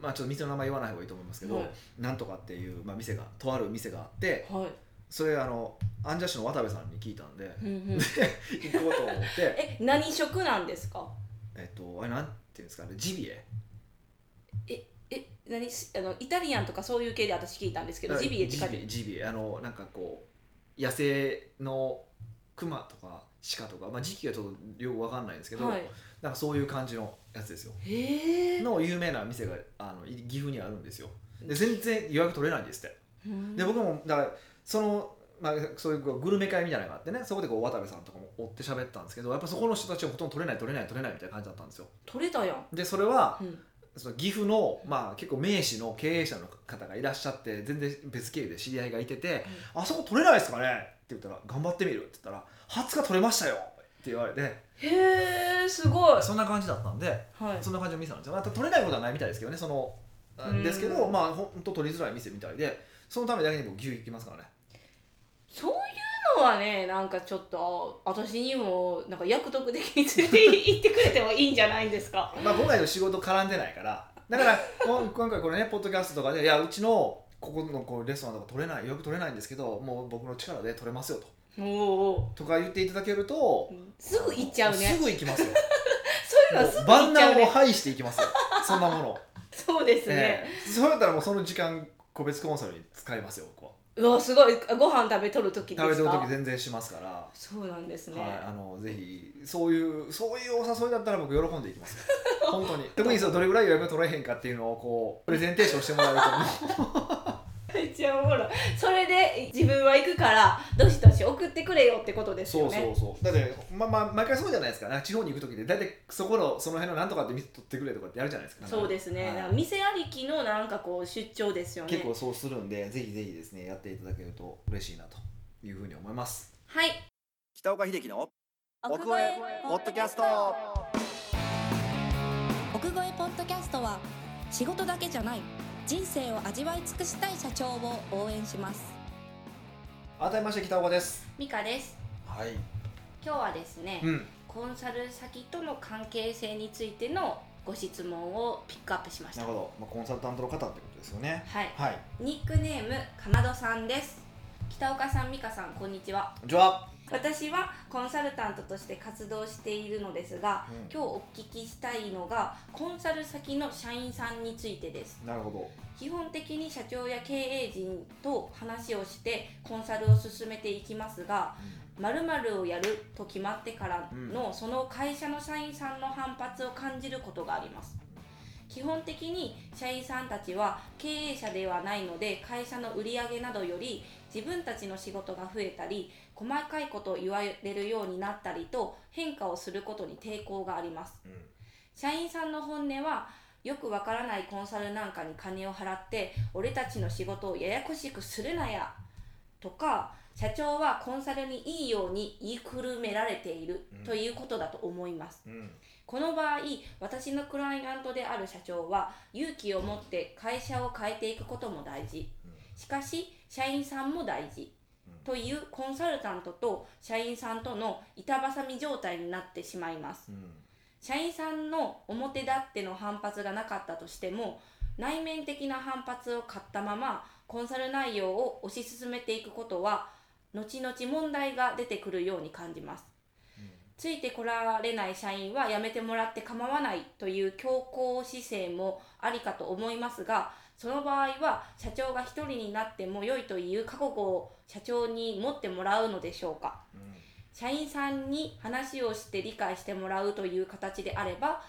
[SPEAKER 2] まあ、ちょっと店の名前言わない方がいいと思いますけど、
[SPEAKER 1] はい
[SPEAKER 2] なんとかっていう、まあ、店がとある店があって
[SPEAKER 1] はい、
[SPEAKER 2] それあのアンジャッシュの渡部さんに聞いたんで
[SPEAKER 1] うんうん、
[SPEAKER 2] 行こうと思 って
[SPEAKER 1] え何食なんですか
[SPEAKER 2] えっとあれなんていうんですかねジビエ
[SPEAKER 1] え何しあのイタリアンとかそういう系で私聞いたんですけどジビエって書いて
[SPEAKER 2] ジビエジビエあのなんかこう野生のクマとか鹿とか、まあ、時期がちょっとよくわかんないんですけど、
[SPEAKER 1] はい、
[SPEAKER 2] なんかそういう感じのやつですよ
[SPEAKER 1] へえ
[SPEAKER 2] の有名な店があのい岐阜にあるんですよで全然予約取れないんですってで僕もだからその、まあ、そういうこうグルメ会みたいなのがあってねそこでこう渡部さんとかも追って喋ったんですけどやっぱそこの人たちはほとんど取れない取れない取れないみたいな感じだったんですよ
[SPEAKER 1] 取れたやん、
[SPEAKER 2] でそれは
[SPEAKER 1] うん、
[SPEAKER 2] その岐阜の、まあ、結構名士の経営者の方がいらっしゃって全然別経由で知り合いがいてて「あそこ取れないですかね?」って言ったら「頑張ってみる」って言ったら「20日取れましたよ」って言われて
[SPEAKER 1] へえすごい、
[SPEAKER 2] そんな感じだったんで
[SPEAKER 1] はい、
[SPEAKER 2] そんな感じの店なんですよ、まあ、取れないことはないみたいですけどねそのあ
[SPEAKER 1] うん
[SPEAKER 2] ですけどまあほんと取りづらい店みたいでそのためだけに僕牛行きますからね
[SPEAKER 1] そういうのはねなんかちょっとあ私にもなんか役得的について行ってくれてもいいんじゃないんですか
[SPEAKER 2] まあ、今回の仕事絡んでないからだからこん今回これねポッドキャストとかで「いやうちのここのこうレストランとか取れない予約取れないんですけどもう僕の力で取れますよ」と。
[SPEAKER 1] おお
[SPEAKER 2] とか言っていただけると、
[SPEAKER 1] すぐ行っちゃうね
[SPEAKER 2] すぐ行きま すよ。
[SPEAKER 1] そういうのはすぐ行
[SPEAKER 2] 万
[SPEAKER 1] っちゃう
[SPEAKER 2] 難を
[SPEAKER 1] ね
[SPEAKER 2] 排していきますよ。そんなもの。
[SPEAKER 1] そう です
[SPEAKER 2] え
[SPEAKER 1] ね、
[SPEAKER 2] えそうやったらもうその時間個別コンサルに使いますよ。僕は
[SPEAKER 1] うわすごいご飯食べとる時ですか
[SPEAKER 2] 食べてる時全然しますから。
[SPEAKER 1] そうなんですね、
[SPEAKER 2] はい、あのぜひそういうそういうお誘いだったら僕喜んでい きますよ本当に特にそうどれぐらい予約が取れへんかっていうのをこ うプレゼンテーションしてもらえると思う
[SPEAKER 1] めっちゃおもろいそれで自分は行くからどしどし送ってくれよってことです
[SPEAKER 2] そ
[SPEAKER 1] よ
[SPEAKER 2] う
[SPEAKER 1] ね
[SPEAKER 2] そうそうだって、まあまあ、毎回そうじゃないですかなんか地方に行く時で大体そこのその辺のなんとかって店取ってくれとかってやるじゃないですかなんか
[SPEAKER 1] そうですね、
[SPEAKER 2] はい
[SPEAKER 1] なんか店ありきのなんかこう出張ですよね
[SPEAKER 2] 結構そうするんで、ぜひぜひですね、やっていただけると嬉しいなというふうに思います。
[SPEAKER 1] はい
[SPEAKER 2] 北岡秀樹の奥越えポッドキャスト
[SPEAKER 3] 奥越えポッドキャストは仕事だけじゃない人生を味わい尽くしたい社長を応援します
[SPEAKER 2] 改めまして北岡です。
[SPEAKER 1] ミカです
[SPEAKER 2] はい。
[SPEAKER 1] 今日はですね、
[SPEAKER 2] うん。
[SPEAKER 1] コンサル先との関係性についてのご質問をピックアップしまし
[SPEAKER 2] な
[SPEAKER 1] た
[SPEAKER 2] るほど。まあコンサルタントの方ってことですよね。
[SPEAKER 1] はい
[SPEAKER 2] はい。
[SPEAKER 1] ニックネームかなどさんです北岡さん美香さんこんにちは
[SPEAKER 2] こんにちは。
[SPEAKER 1] 私はコンサルタントとして活動しているのですが
[SPEAKER 2] うん
[SPEAKER 1] 今日お聞きしたいのがコンサル先の社員さんについてです
[SPEAKER 2] なるほど
[SPEAKER 1] 基本的に社長や経営陣と話をしてコンサルを進めていきますが〇〇をやると決まってからのその会社の社員さんの反発を感じることがあります基本的に社員さんたちは経営者ではないので会社の売り上げなどより自分たちの仕事が増えたり細かいことを言われるようになったりと変化をすることに抵抗があります
[SPEAKER 2] うん
[SPEAKER 1] 社員さんの本音はよくわからないコンサルなんかに金を払って俺たちの仕事をややこしくするなやとか社長はコンサルにいいように言いくるめられている
[SPEAKER 2] うん
[SPEAKER 1] ということだと思います
[SPEAKER 2] うんうん
[SPEAKER 1] この場合私のクライアントである社長は勇気を持って会社を変えていくことも大事しかし社員さんも大事
[SPEAKER 2] うん
[SPEAKER 1] というコンサルタントと社員さんとの板挟み状態になってしまいます
[SPEAKER 2] うん
[SPEAKER 1] 社員さんの表立っての反発がなかったとしても内面的な反発を買ったままコンサル内容を推し進めていくことは後々問題が出てくるように感じますついてこられない社員は辞めてもらって構わないという強硬姿勢もありかと思いますがその場合は社長が一人になっても良いという覚悟を社長に持ってもらうのでしょうか
[SPEAKER 2] うん
[SPEAKER 1] 社員さんに話をして理解してもらうという形であれば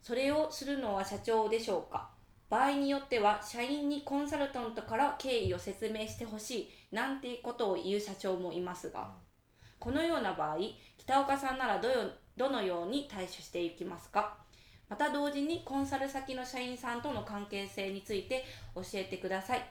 [SPEAKER 1] それをするのは社長でしょうか場合によっては社員にコンサルタントから経緯を説明してほしいなんてことを言う社長もいますがこのような場合北岡さんならどよどのように対処していきますかまた同時にコンサル先の社員さんとの関係性について教えてください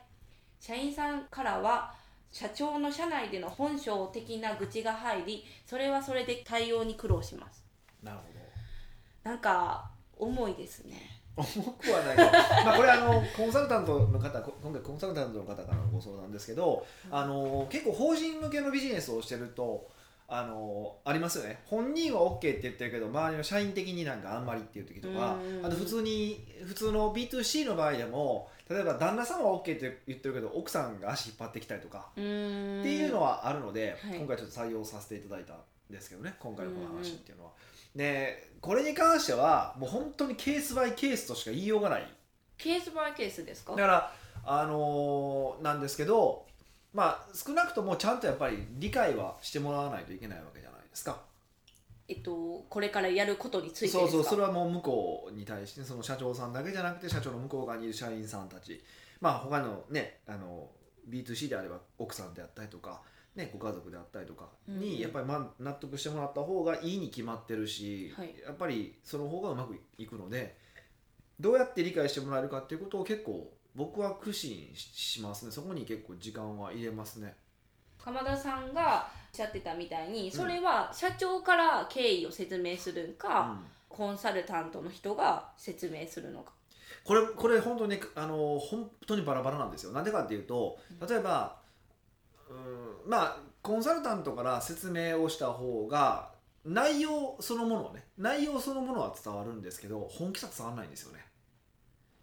[SPEAKER 1] 社員さんからは社長の社内での本性的な愚痴が入りそれはそれで対応に苦労します
[SPEAKER 2] なるほど
[SPEAKER 1] なんか重いですね
[SPEAKER 2] 重くはないけどまあこれあのコンサルタントの方こ今回コンサルタントの方からのご相談ですけどあの結構法人向けのビジネスをしてるとあのありますよね本人は OK って言ってるけど周りの社員的になんかあんまりっていう時とか
[SPEAKER 1] うんうんうん
[SPEAKER 2] あと普通に普通の B2C の場合でも例えば旦那さんは OK って言ってるけど奥さんが足引っ張ってきたりとか
[SPEAKER 1] うーん
[SPEAKER 2] っていうのはあるので、
[SPEAKER 1] はい
[SPEAKER 2] 今回ちょっと採用させていただいたんですけどね今回のこの話っていうのは。でこれに関してはもう本当にケースバイケースとしか言いようがない
[SPEAKER 1] ケースバイケースですか
[SPEAKER 2] だから、あのーなんですけど、まあ、少なくともちゃんとやっぱり理解はしてもらわないといけないわけじゃないですか。
[SPEAKER 1] えっとこれからやることについてです
[SPEAKER 2] そ
[SPEAKER 1] か
[SPEAKER 2] うそうそれはもう向こうに対してその社長さんだけじゃなくて社長の向こう側にいる社員さんたちまあ他のねあの B2C であれば奥さんであったりとか、ね、ご家族であったりとか
[SPEAKER 1] うん
[SPEAKER 2] にやっぱりまあ納得してもらった方がいいに決まってるし、
[SPEAKER 1] はい
[SPEAKER 2] やっぱりその方がうまくいくのでどうやって理解してもらえるかっていうことを結構僕は苦心ししますねそこに結構時間は入れますね。
[SPEAKER 1] 鎌田さんがおっしゃってたみたいにそれは社長から経緯を説明するん
[SPEAKER 2] う
[SPEAKER 1] か、
[SPEAKER 2] ん
[SPEAKER 1] コンサルタントの人が説明するのか。
[SPEAKER 2] これこれ本当にねあの本当にバラバラなんですよなんでかっていうと例えばうんまあコンサルタントから説明をした方が内容そのものはね内容そのものは伝わるんですけど本気さ伝わらないんですよね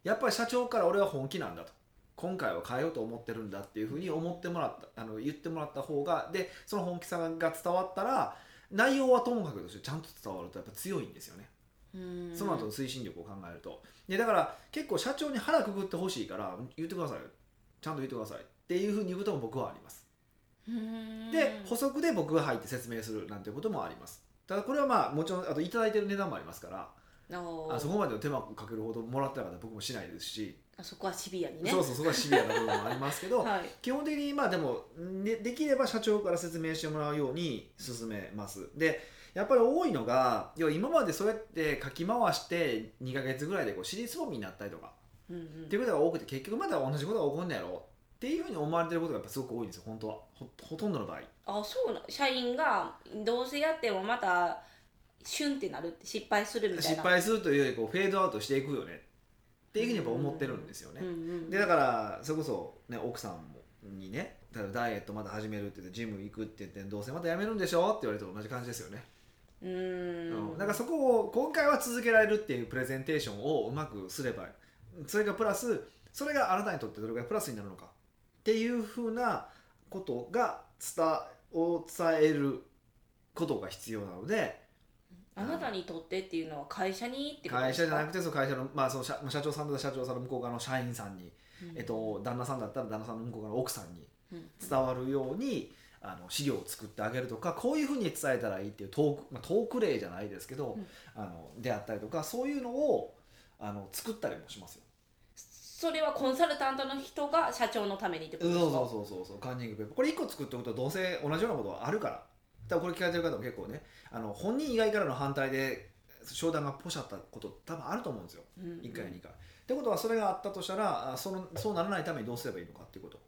[SPEAKER 2] やっぱり社長から俺は本気なんだと今回は変えようと思ってるんだっていうふうに思ってもらったあの言ってもらった方がでその本気さが伝わったら内容はともかくとしてちゃんと伝わるとやっぱ強いんですよねその後の推進力を考えるとでだから結構社長に腹くぐってほしいから言ってくださいちゃんと言ってくださいっていうふうに言うことも僕はありますで補足で僕が入って説明するなんてこともありますただこれはまあもちろんあと頂いただいてる値段もありますからあ
[SPEAKER 1] あ
[SPEAKER 2] そ
[SPEAKER 1] そ
[SPEAKER 2] こまでの手間をかけるほどもらってなかったら僕もしないですし、
[SPEAKER 1] あそこはシビアにね。
[SPEAKER 2] そうそうそこはシビアな部分もありますけど、
[SPEAKER 1] はい、
[SPEAKER 2] 基本的にまあでも、ね、できれば社長から説明してもらうように進めますでやっぱり多いのが要は今までそうやってかき回して2ヶ月ぐらいでこう尻すぼみになったりとか
[SPEAKER 1] うんうん
[SPEAKER 2] っていうことが多くて結局まだ同じことが起こんねやろっていうふうに思われてることがやっぱすごく多いんですよ本当はほほとんどの場合
[SPEAKER 1] あそうな社員がどうせやってもまたシュンってなるって失敗するみたい
[SPEAKER 2] 失
[SPEAKER 1] な。
[SPEAKER 2] 敗するというよりこうフェードアウトしていくよねっていうふうにやっぱ思ってるんですよね、
[SPEAKER 1] うんうん、
[SPEAKER 2] でだからそれこそ、ね、奥さんにね例えばダイエットまた始めるって言ってジム行くって言ってどうせまたやめるんでしょって言われると同じ感じですよね
[SPEAKER 1] うーん
[SPEAKER 2] だからそこを今回は続けられるっていうプレゼンテーションをうまくすればそれがプラスそれがあなたにとってどれぐらいプラスになるのかっていうふうなことが伝を伝えることが必要なので
[SPEAKER 1] あなたにとってっていうのは会社にってことで
[SPEAKER 2] 会社
[SPEAKER 1] す
[SPEAKER 2] じ
[SPEAKER 1] か
[SPEAKER 2] ゃなくてその会社の,、まあ、その社社長さんだったら社長さんの向こう側の社員さんに、
[SPEAKER 1] うん
[SPEAKER 2] えっと、旦那さんだったら旦那さんの向こう側の奥さんに
[SPEAKER 1] うん
[SPEAKER 2] 伝わるようにあの資料を作ってあげるとかこういうふうに伝えたらいいっていうトーク、まあ、トーク例じゃないですけど、
[SPEAKER 1] うん
[SPEAKER 2] あのであったりとかそういうのをあの作ったりもしますよ。
[SPEAKER 1] それはコンサルタントの人が社長のためにってこ
[SPEAKER 2] そ
[SPEAKER 1] とで
[SPEAKER 2] う
[SPEAKER 1] すか
[SPEAKER 2] そうそうそうそうカンニングペーパーこれ1個作っておくとどうせ同じようなことはあるから多分これ聞かれてる方も結構ねあの本人以外からの反対で商談がポシャったこと多分あると思うんですよ
[SPEAKER 1] うんうん
[SPEAKER 2] 1回2回。ってことはそれがあったとしたらあそのそうならないためにどうすればいいのかっていうこと。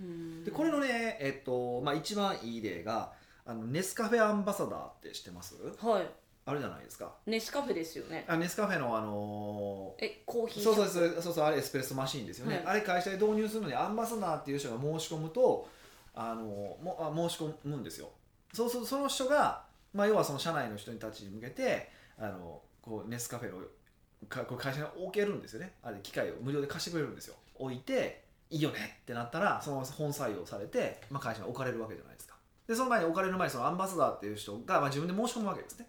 [SPEAKER 1] うん
[SPEAKER 2] でこれのね、えっとまあ、一番いい例があのネスカフェアンバサダーって知ってます
[SPEAKER 1] はい
[SPEAKER 2] あるじゃないですか
[SPEAKER 1] ネスカフェですよね
[SPEAKER 2] あネスカフェのあのー
[SPEAKER 1] えコーヒー
[SPEAKER 2] そうそうそうそうそうあれエスプレッソマシーンですよね、
[SPEAKER 1] はい
[SPEAKER 2] あれ会社で導入するのにアンバサダーっていう人が申し込むとあのーもあ申し込むんですよそうするとその人が、まあ、要はその社内の人たちに向けてあのこうネスカフェのかこう会社に置けるんですよねあれ機械を無料で貸してくれるんですよ置いていいよねってなったらその本採用されて、まあ、会社に置かれるわけじゃないですかでその前に置かれる前にそのアンバサダーっていう人が、まあ、自分で申し込むわけですね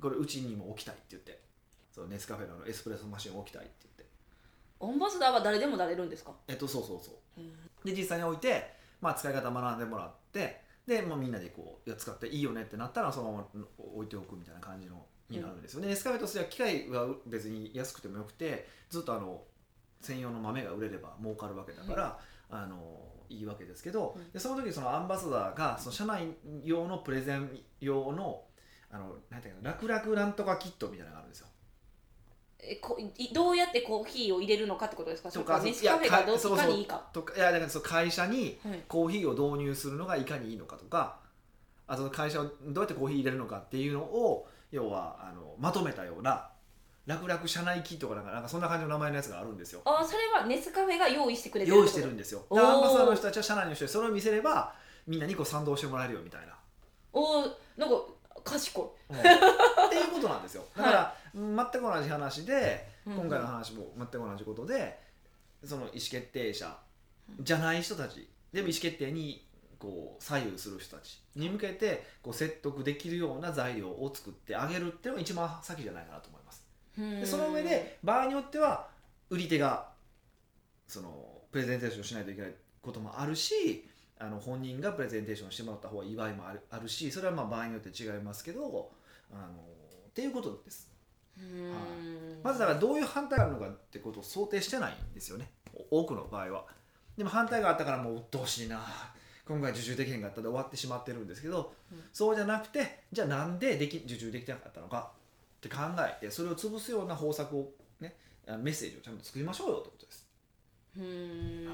[SPEAKER 2] これうちにも置きたいって言ってそのネスカフェのあのエスプレッソマシンを置きたいって言って
[SPEAKER 1] アンバサダーは誰でもなれるんですか
[SPEAKER 2] えっとそうそうそう
[SPEAKER 1] うん
[SPEAKER 2] で実際に置いて、まあ、使い方学んでもらってで、まあ、みんなでこういや使っていいよねってなったらそのまま置いておくみたいな感じのになるんですよね、エスカベートすれば機械は別に安くてもよくてずっとあの専用の豆が売れれば儲かるわけだから、あのいいわけですけど、
[SPEAKER 1] うん
[SPEAKER 2] でその時そのアンバサダーがその社内用のプレゼン用のあのなんていうか楽々なんとかキットみたいなのがあるんですよ
[SPEAKER 1] えこいどうやってコーヒーを入れるのかってことですかそ
[SPEAKER 2] と
[SPEAKER 1] れ
[SPEAKER 2] か
[SPEAKER 1] かネスカフェ
[SPEAKER 2] い
[SPEAKER 1] が
[SPEAKER 2] や
[SPEAKER 1] どう
[SPEAKER 2] そうそう
[SPEAKER 1] かにいいか
[SPEAKER 2] とかいやだからその会社に
[SPEAKER 1] はい
[SPEAKER 2] コーヒーを導入するのがいかにいいのかとかあと会社をどうやってコーヒー入れるのかっていうのを要はあのまとめたような楽々社内キットかなんかなんかそんな感じの名前のやつがあるんですよ
[SPEAKER 1] あそれはネスカフェが用意してくれてる
[SPEAKER 2] 用意してる
[SPEAKER 1] って
[SPEAKER 2] んですよ
[SPEAKER 1] お
[SPEAKER 2] ア
[SPEAKER 1] ー
[SPEAKER 2] ンバサダーの人たちは社内の人にそれを見せればみんなにこう賛同してもらえるよみたい な
[SPEAKER 1] ことおーなんか賢い
[SPEAKER 2] うんっていうことなんですよだから、全く同じ話で
[SPEAKER 1] うん
[SPEAKER 2] 今回の話も全く同じことでその意思決定者じゃない人たちでも意思決定にこう左右する人たちに向けてこう説得できるような材料を作ってあげるっていうのが一番先じゃないかなと思います。
[SPEAKER 1] うん
[SPEAKER 2] でその上で場合によっては売り手がそのプレゼンテーションしないといけないこともあるしあの本人がプレゼンテーションしてもらった方がいい場合もあるあるしそれはまあ場合によって違いますけどあのっていうことです
[SPEAKER 1] うん
[SPEAKER 2] はまずだからどういう反対があるのかってことを想定してないんですよねお多くの場合はでも反対があったからもう鬱陶しいな今回受注できへんかったで終わってしまってるんですけど、
[SPEAKER 1] うん
[SPEAKER 2] そうじゃなくてじゃあなんででき受注できてなかったのかって考えてそれを潰すような方策をねあメッセージをちゃんと作りましょうよってことです、
[SPEAKER 1] うーん、
[SPEAKER 2] は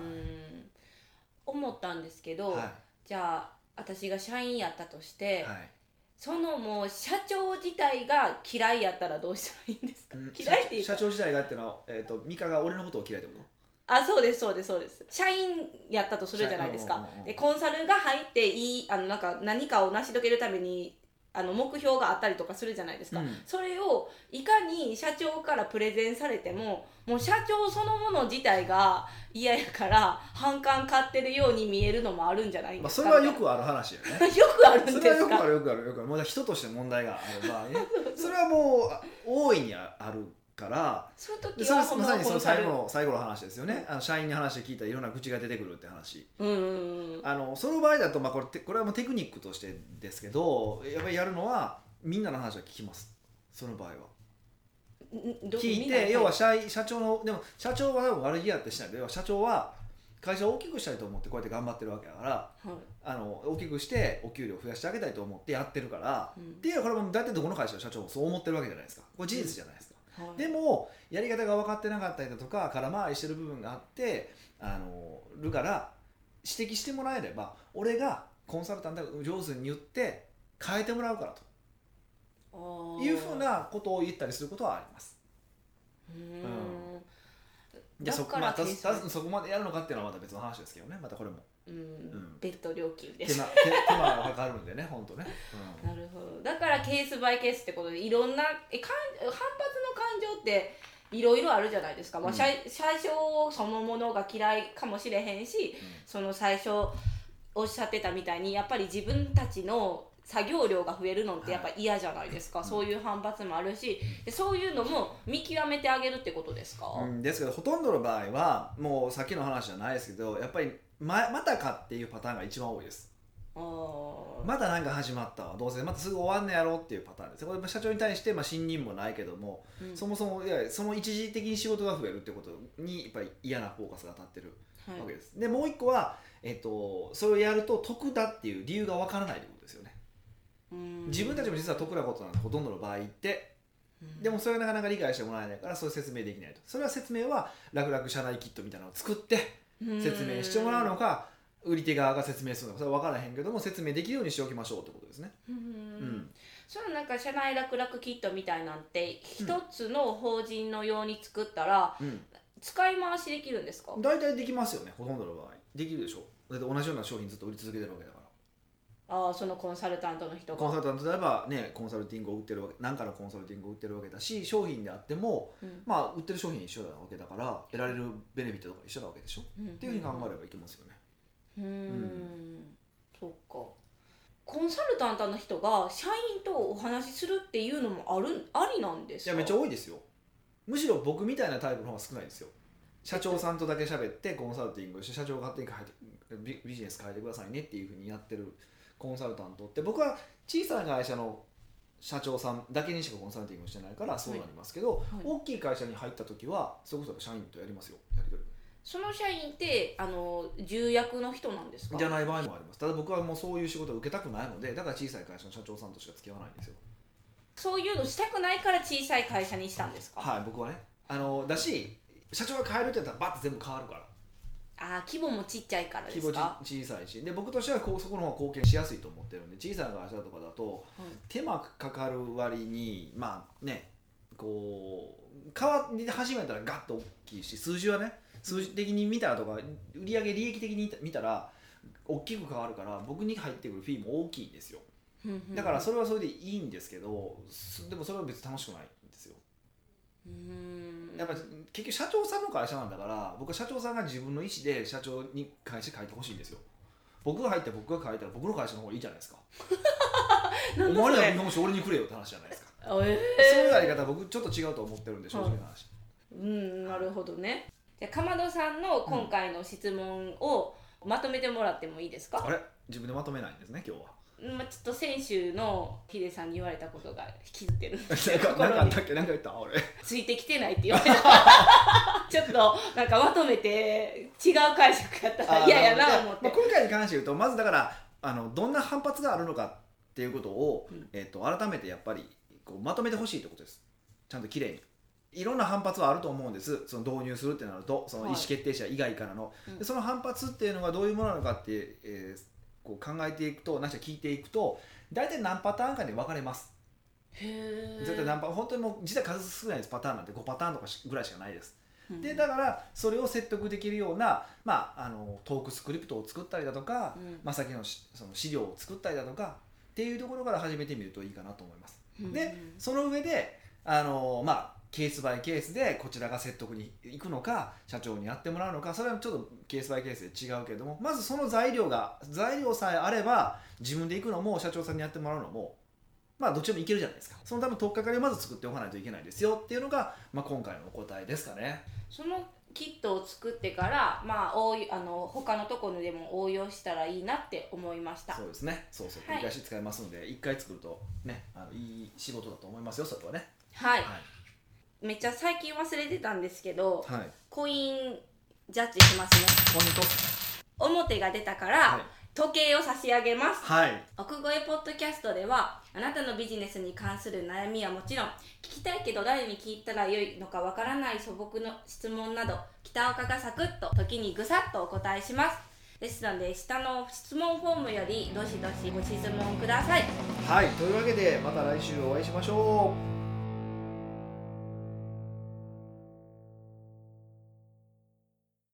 [SPEAKER 1] 思ったんですけど、
[SPEAKER 2] は
[SPEAKER 1] じゃあ私が社員やったとし
[SPEAKER 2] い
[SPEAKER 1] て、
[SPEAKER 2] はい
[SPEAKER 1] そのもう社長自体が嫌いやったらどうしたらいいんですか、
[SPEAKER 2] うん
[SPEAKER 1] 嫌いっていう
[SPEAKER 2] 社
[SPEAKER 1] か
[SPEAKER 2] 社長時代がっていうのは、えー、と美香が俺のことを嫌いってこと
[SPEAKER 1] あそうですそうですそうです社員やったとするじゃないですか
[SPEAKER 2] 社うんうんうん
[SPEAKER 1] でコンサルが入っていいあのなんか何かを成し遂げるためにあの目標があったりとかするじゃないですか、
[SPEAKER 2] うん
[SPEAKER 1] それをいかに社長からプレゼンされてももう社長そのもの自体が嫌やから反感買ってるように見えるのもあるんじゃないん
[SPEAKER 2] ま
[SPEAKER 1] で
[SPEAKER 2] あ、
[SPEAKER 1] す
[SPEAKER 2] そ
[SPEAKER 1] か、
[SPEAKER 2] れはよくある話やね
[SPEAKER 1] みたいなよくあるんです
[SPEAKER 2] そ
[SPEAKER 1] か
[SPEAKER 2] れはよくあるよくあるよくあるもうだから人として問題がある場合 ねそれはもうあ大いにああるから
[SPEAKER 1] その
[SPEAKER 2] で
[SPEAKER 1] 時
[SPEAKER 2] それ
[SPEAKER 1] は
[SPEAKER 2] ま
[SPEAKER 1] ほんま
[SPEAKER 2] さにそ
[SPEAKER 1] コ
[SPEAKER 2] の
[SPEAKER 1] ンサ
[SPEAKER 2] 最
[SPEAKER 1] ル
[SPEAKER 2] 後の最後の話ですよねあの社員に話聞いたらいろんな愚痴が出てくるって話
[SPEAKER 1] うんうんうん
[SPEAKER 2] あのその場合だと、まあ、これてこれはもうテクニックとしてですけどやっぱりやるのはみんなの話は聞きますその場合は
[SPEAKER 1] うんど
[SPEAKER 2] 聞い
[SPEAKER 1] みんな
[SPEAKER 2] て要は社員社長のでも社長は多分悪気やってしないで要は社長は会社を大きくしたいと思ってこうやって頑張ってるわけだから
[SPEAKER 1] はい
[SPEAKER 2] あの大きくしてお給料増やしてあげたいと思ってやってるから、
[SPEAKER 1] うん
[SPEAKER 2] でこれも大体どこの会社の社長もそう思ってるわけじゃないですかこれ事実じゃないですか、
[SPEAKER 1] はい
[SPEAKER 2] でもやり方が分かってなかったりだとか空回りしてる部分があってあのるから指摘してもらえれば俺がコンサルタントが上手に言って変えてもらうから
[SPEAKER 1] あー
[SPEAKER 2] というふうなことを言ったりすることはあります
[SPEAKER 1] うーん
[SPEAKER 2] んじゃあそ,、
[SPEAKER 1] だか
[SPEAKER 2] ま
[SPEAKER 1] ら
[SPEAKER 2] あ、た
[SPEAKER 1] 提出
[SPEAKER 2] たそこまでやるのかっていうのはまた別の話ですけどねまたこれも
[SPEAKER 1] うん
[SPEAKER 2] ん
[SPEAKER 1] 別途料金で
[SPEAKER 2] 手
[SPEAKER 1] す
[SPEAKER 2] 間手手間がかかるんでね本当ね、うん
[SPEAKER 1] なるほどだからケースバイケースってことでいろんなえかん反発の感情っていろいろあるじゃないですか、まあ
[SPEAKER 2] うん
[SPEAKER 1] 最最初そのものが嫌いかもしれへんし
[SPEAKER 2] うん
[SPEAKER 1] その最初おっしゃってたみたいにやっぱり自分たちの作業量が増えるのってやっぱ嫌じゃないですか、
[SPEAKER 2] い
[SPEAKER 1] そういう反発もあるしでそういうのも見極めてあげるってことですか、
[SPEAKER 2] うん、ですけどほとんどの場合はもうさっきの話じゃないですけどやっぱりままたかっていうパターンが一番多いです
[SPEAKER 1] あー
[SPEAKER 2] またなんか始まったわどうせまたすぐ終わんねやろっていうパターンですこれ社長に対してまあ信任もないけども、
[SPEAKER 1] うん
[SPEAKER 2] そもそもいやその一時的に仕事が増えるってことにやっぱり嫌なフォーカスが当たってる
[SPEAKER 1] はい
[SPEAKER 2] わけです、でもう一個は、えっとそれをやると得だっていう理由がわからないってことですよね
[SPEAKER 1] うん
[SPEAKER 2] 自分たちも実は得なことなんてほとんどの場合って
[SPEAKER 1] うん
[SPEAKER 2] でもそれはなかなか理解してもらえないからそういう説明できないとそれは説明は楽々社内キットみたいなのを作って説明してもらうのか売り手側が説明するのかそれは分からへんけども説明できるようにしておきましょうってことですね、
[SPEAKER 1] うん
[SPEAKER 2] うん
[SPEAKER 1] そのなんか社内楽々キットみたいなんて一つの法人のように作ったら
[SPEAKER 2] うん、
[SPEAKER 1] 使い回しできるんですか、
[SPEAKER 2] 大体できますよねほとんどの場合できるでしょだって同じような商品ずっと売り続けてるわけだから
[SPEAKER 1] ああそのコンサルタントの人
[SPEAKER 2] コン
[SPEAKER 1] が
[SPEAKER 2] サルタントであればねコンサルティングを売ってるわけ何かのコンサルティングを売ってるわけだし商品であっても
[SPEAKER 1] うん
[SPEAKER 2] まあ売ってる商品一緒なわけだから得られるベネフィットとか一緒なわけでしょっ
[SPEAKER 1] うん
[SPEAKER 2] ていうふうに考えればいけますよね
[SPEAKER 1] うん
[SPEAKER 2] う
[SPEAKER 1] そっかコンサルタントの人が社員とお話しするっていうのもあるありなんです
[SPEAKER 2] い
[SPEAKER 1] か
[SPEAKER 2] やめっちゃ多いですよむしろ僕みたいなタイプの方が少ないですよ社長さんとだけ喋ってコンサルティングして社長が勝手に変えてビビジネス変えてくださいねっていうふうにやってるコンサルタントって僕は小さな会社の社長さんだけにしかコンサルティングしてないからそうなりますけ
[SPEAKER 1] はい
[SPEAKER 2] ど、大きい会社に入った時はそれこそ社員とやりますよやり取り
[SPEAKER 1] その社員ってあの重役の人なんですか
[SPEAKER 2] じゃない場合もありますただ僕はもうそういう仕事を受けたくないのでだから小さい会社の社長さんとしか付き合わないんですよ
[SPEAKER 1] そういうのしたくないから小さい会社にしたんですか、
[SPEAKER 2] はい僕はねあのだし社長が変えるってやったらバッて全部変わるから
[SPEAKER 1] ああ規模もちっちゃいからで
[SPEAKER 2] 規
[SPEAKER 1] す
[SPEAKER 2] 模ち
[SPEAKER 1] か
[SPEAKER 2] 小さいしで僕としてはこうそこの方が貢献しやすいと思ってるんで小さな会社とかだと
[SPEAKER 1] はい
[SPEAKER 2] 手間かかる割にまあねこう変わり始めたらガッと大きいし数字はね数字的に見たらとか売上利益的に見たら大きく変わるから僕に入ってくるフィーも大きいんですよ
[SPEAKER 1] うんうん
[SPEAKER 2] だからそれはそれでいいんですけどすでもそれは別に楽しくないんですよ
[SPEAKER 1] うーん
[SPEAKER 2] やっぱ結局社長さんの会社なんだから僕は社長さんが自分の意思で社長に会社変えてほしいんですよ僕が入って僕が変えたら僕の会社の方がいいじゃないですかお
[SPEAKER 1] なんだ
[SPEAKER 2] 前
[SPEAKER 1] そ
[SPEAKER 2] らの
[SPEAKER 1] れ
[SPEAKER 2] 日本酒俺にくれよって話じゃないですか、
[SPEAKER 1] あえ
[SPEAKER 2] そういうやり方僕ちょっと違うと思ってるんで正直な話、
[SPEAKER 1] ーうんなるほどねじゃあかまどさんの今回の質問をまとめてもらってもいいですか、
[SPEAKER 2] あれ自分でまとめないんですね今日 は
[SPEAKER 1] まあ、ちょっと先週のヒデさんに言われたことが引きずってるんです
[SPEAKER 2] な
[SPEAKER 1] よ
[SPEAKER 2] んか
[SPEAKER 1] 心に
[SPEAKER 2] なんかあったっけなんか言った俺
[SPEAKER 1] ついてきてないって言わ れたちょっとなんかまとめて違う解釈やったら嫌やな思っ
[SPEAKER 2] まあ、
[SPEAKER 1] て
[SPEAKER 2] 今回に関して言うとまずだからあのどんな反発があるのかっていうことを、
[SPEAKER 1] うん
[SPEAKER 2] えっと改めてやっぱりこうまとめてほしいってことですちゃんときれいにいろんな反発はあると思うんですその導入するってなるとその意
[SPEAKER 1] はい
[SPEAKER 2] 思決定者以外からの、
[SPEAKER 1] うん
[SPEAKER 2] でその反発っていうのがどういうものなのかって、えーこう考えていくとなしは聞いていくと大体何パターンかに分かれます
[SPEAKER 1] へー
[SPEAKER 2] 絶対何パ本当にもう実は数少ないですパターンなんて5パターンとかしぐらいしかないです
[SPEAKER 1] うん
[SPEAKER 2] でだからそれを説得できるような、まあ、あのトークスクリプトを作ったりだとか、
[SPEAKER 1] うん
[SPEAKER 2] まあ、先のしその資料を作ったりだとかっていうところから始めてみるといいかなと思います。
[SPEAKER 1] うん
[SPEAKER 2] でその上であの、まあ、ケースバイケースでこちらが説得に行くのか社長にやってもらうのかそれはちょっとケースバイケースで違うけれどもまずその材料が材料さえあれば自分で行くのも社長さんにやってもらうのも。まあどっちでもいけるじゃないですかそのための取っかかりをまず作っておかないといけないですよっていうのが、まあ、今回のお答えですかね。
[SPEAKER 1] そのキットを作ってからまあ応用あの他のところでも応用したらいいなって思いました
[SPEAKER 2] そうですね。そうそう。
[SPEAKER 1] はい
[SPEAKER 2] 繰り返し使えますので、一回作るとね、あのいい仕事だと思いますよ。それはね。
[SPEAKER 1] はい、
[SPEAKER 2] は
[SPEAKER 1] めっちゃ最近忘れてたんですけど
[SPEAKER 2] はい。
[SPEAKER 1] コインジャッジしますね
[SPEAKER 2] ポイント。
[SPEAKER 1] 表が出たから、
[SPEAKER 2] はい。
[SPEAKER 1] 時計を差し上げます
[SPEAKER 2] はい。
[SPEAKER 1] 奥越えポッドキャストではあなたのビジネスに関する悩みはもちろん聞きたいけど誰に聞いたらよいのかわからない素朴の質問など北岡がサクッと時にぐさっとお答えしますですので下の質問フォームよりどしどしご質問ください
[SPEAKER 2] はい。というわけで、また来週お会いしましょう。